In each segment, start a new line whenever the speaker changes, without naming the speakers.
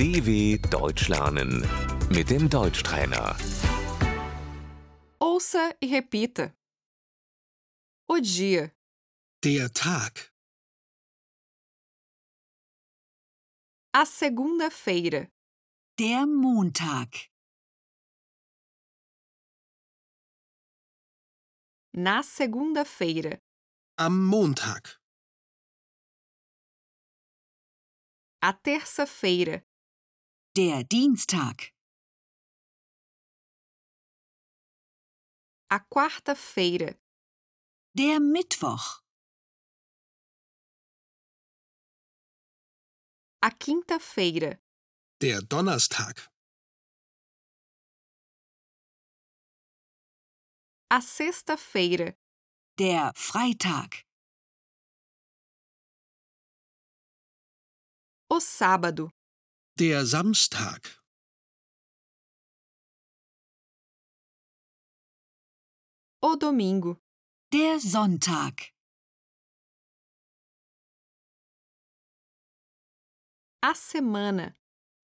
DW Deutsch lernen mit dem Deutschtrainer.
Ouça e repita. O dia,
Der Tag,
a segunda-feira,
Der Montag.
na segunda-feira,
am Montag,
a terça-feira,
Der Dienstag.
a quarta-feira,
Der Mittwoch.
a quinta-feira,
der Donnerstag,
a sexta-feira,
Der Freitag.
o sábado,
der Samstag,
o domingo,
Der Sonntag.
a semana,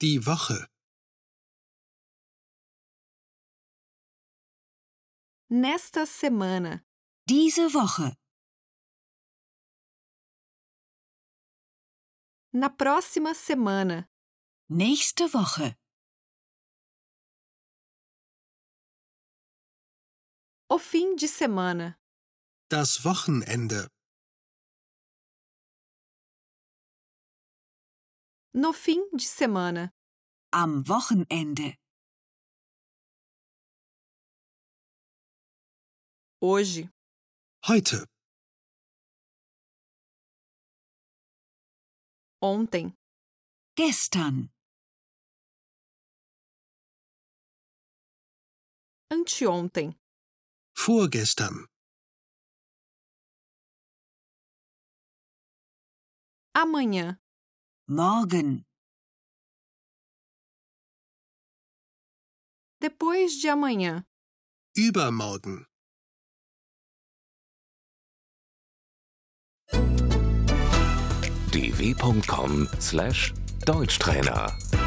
die Woche,
nesta semana,
Diese Woche.
na próxima semana,
Nächste Woche.
o fim de semana,
das Wochenende,
no fim de semana,
Am Wochenende.
hoje,
heute,
ontem,
Gestern.
anteontem,
vorgestern,
amanhã,
Morgen.
depois de amanhã,
übermorgen.
dw.com/deutschtrainer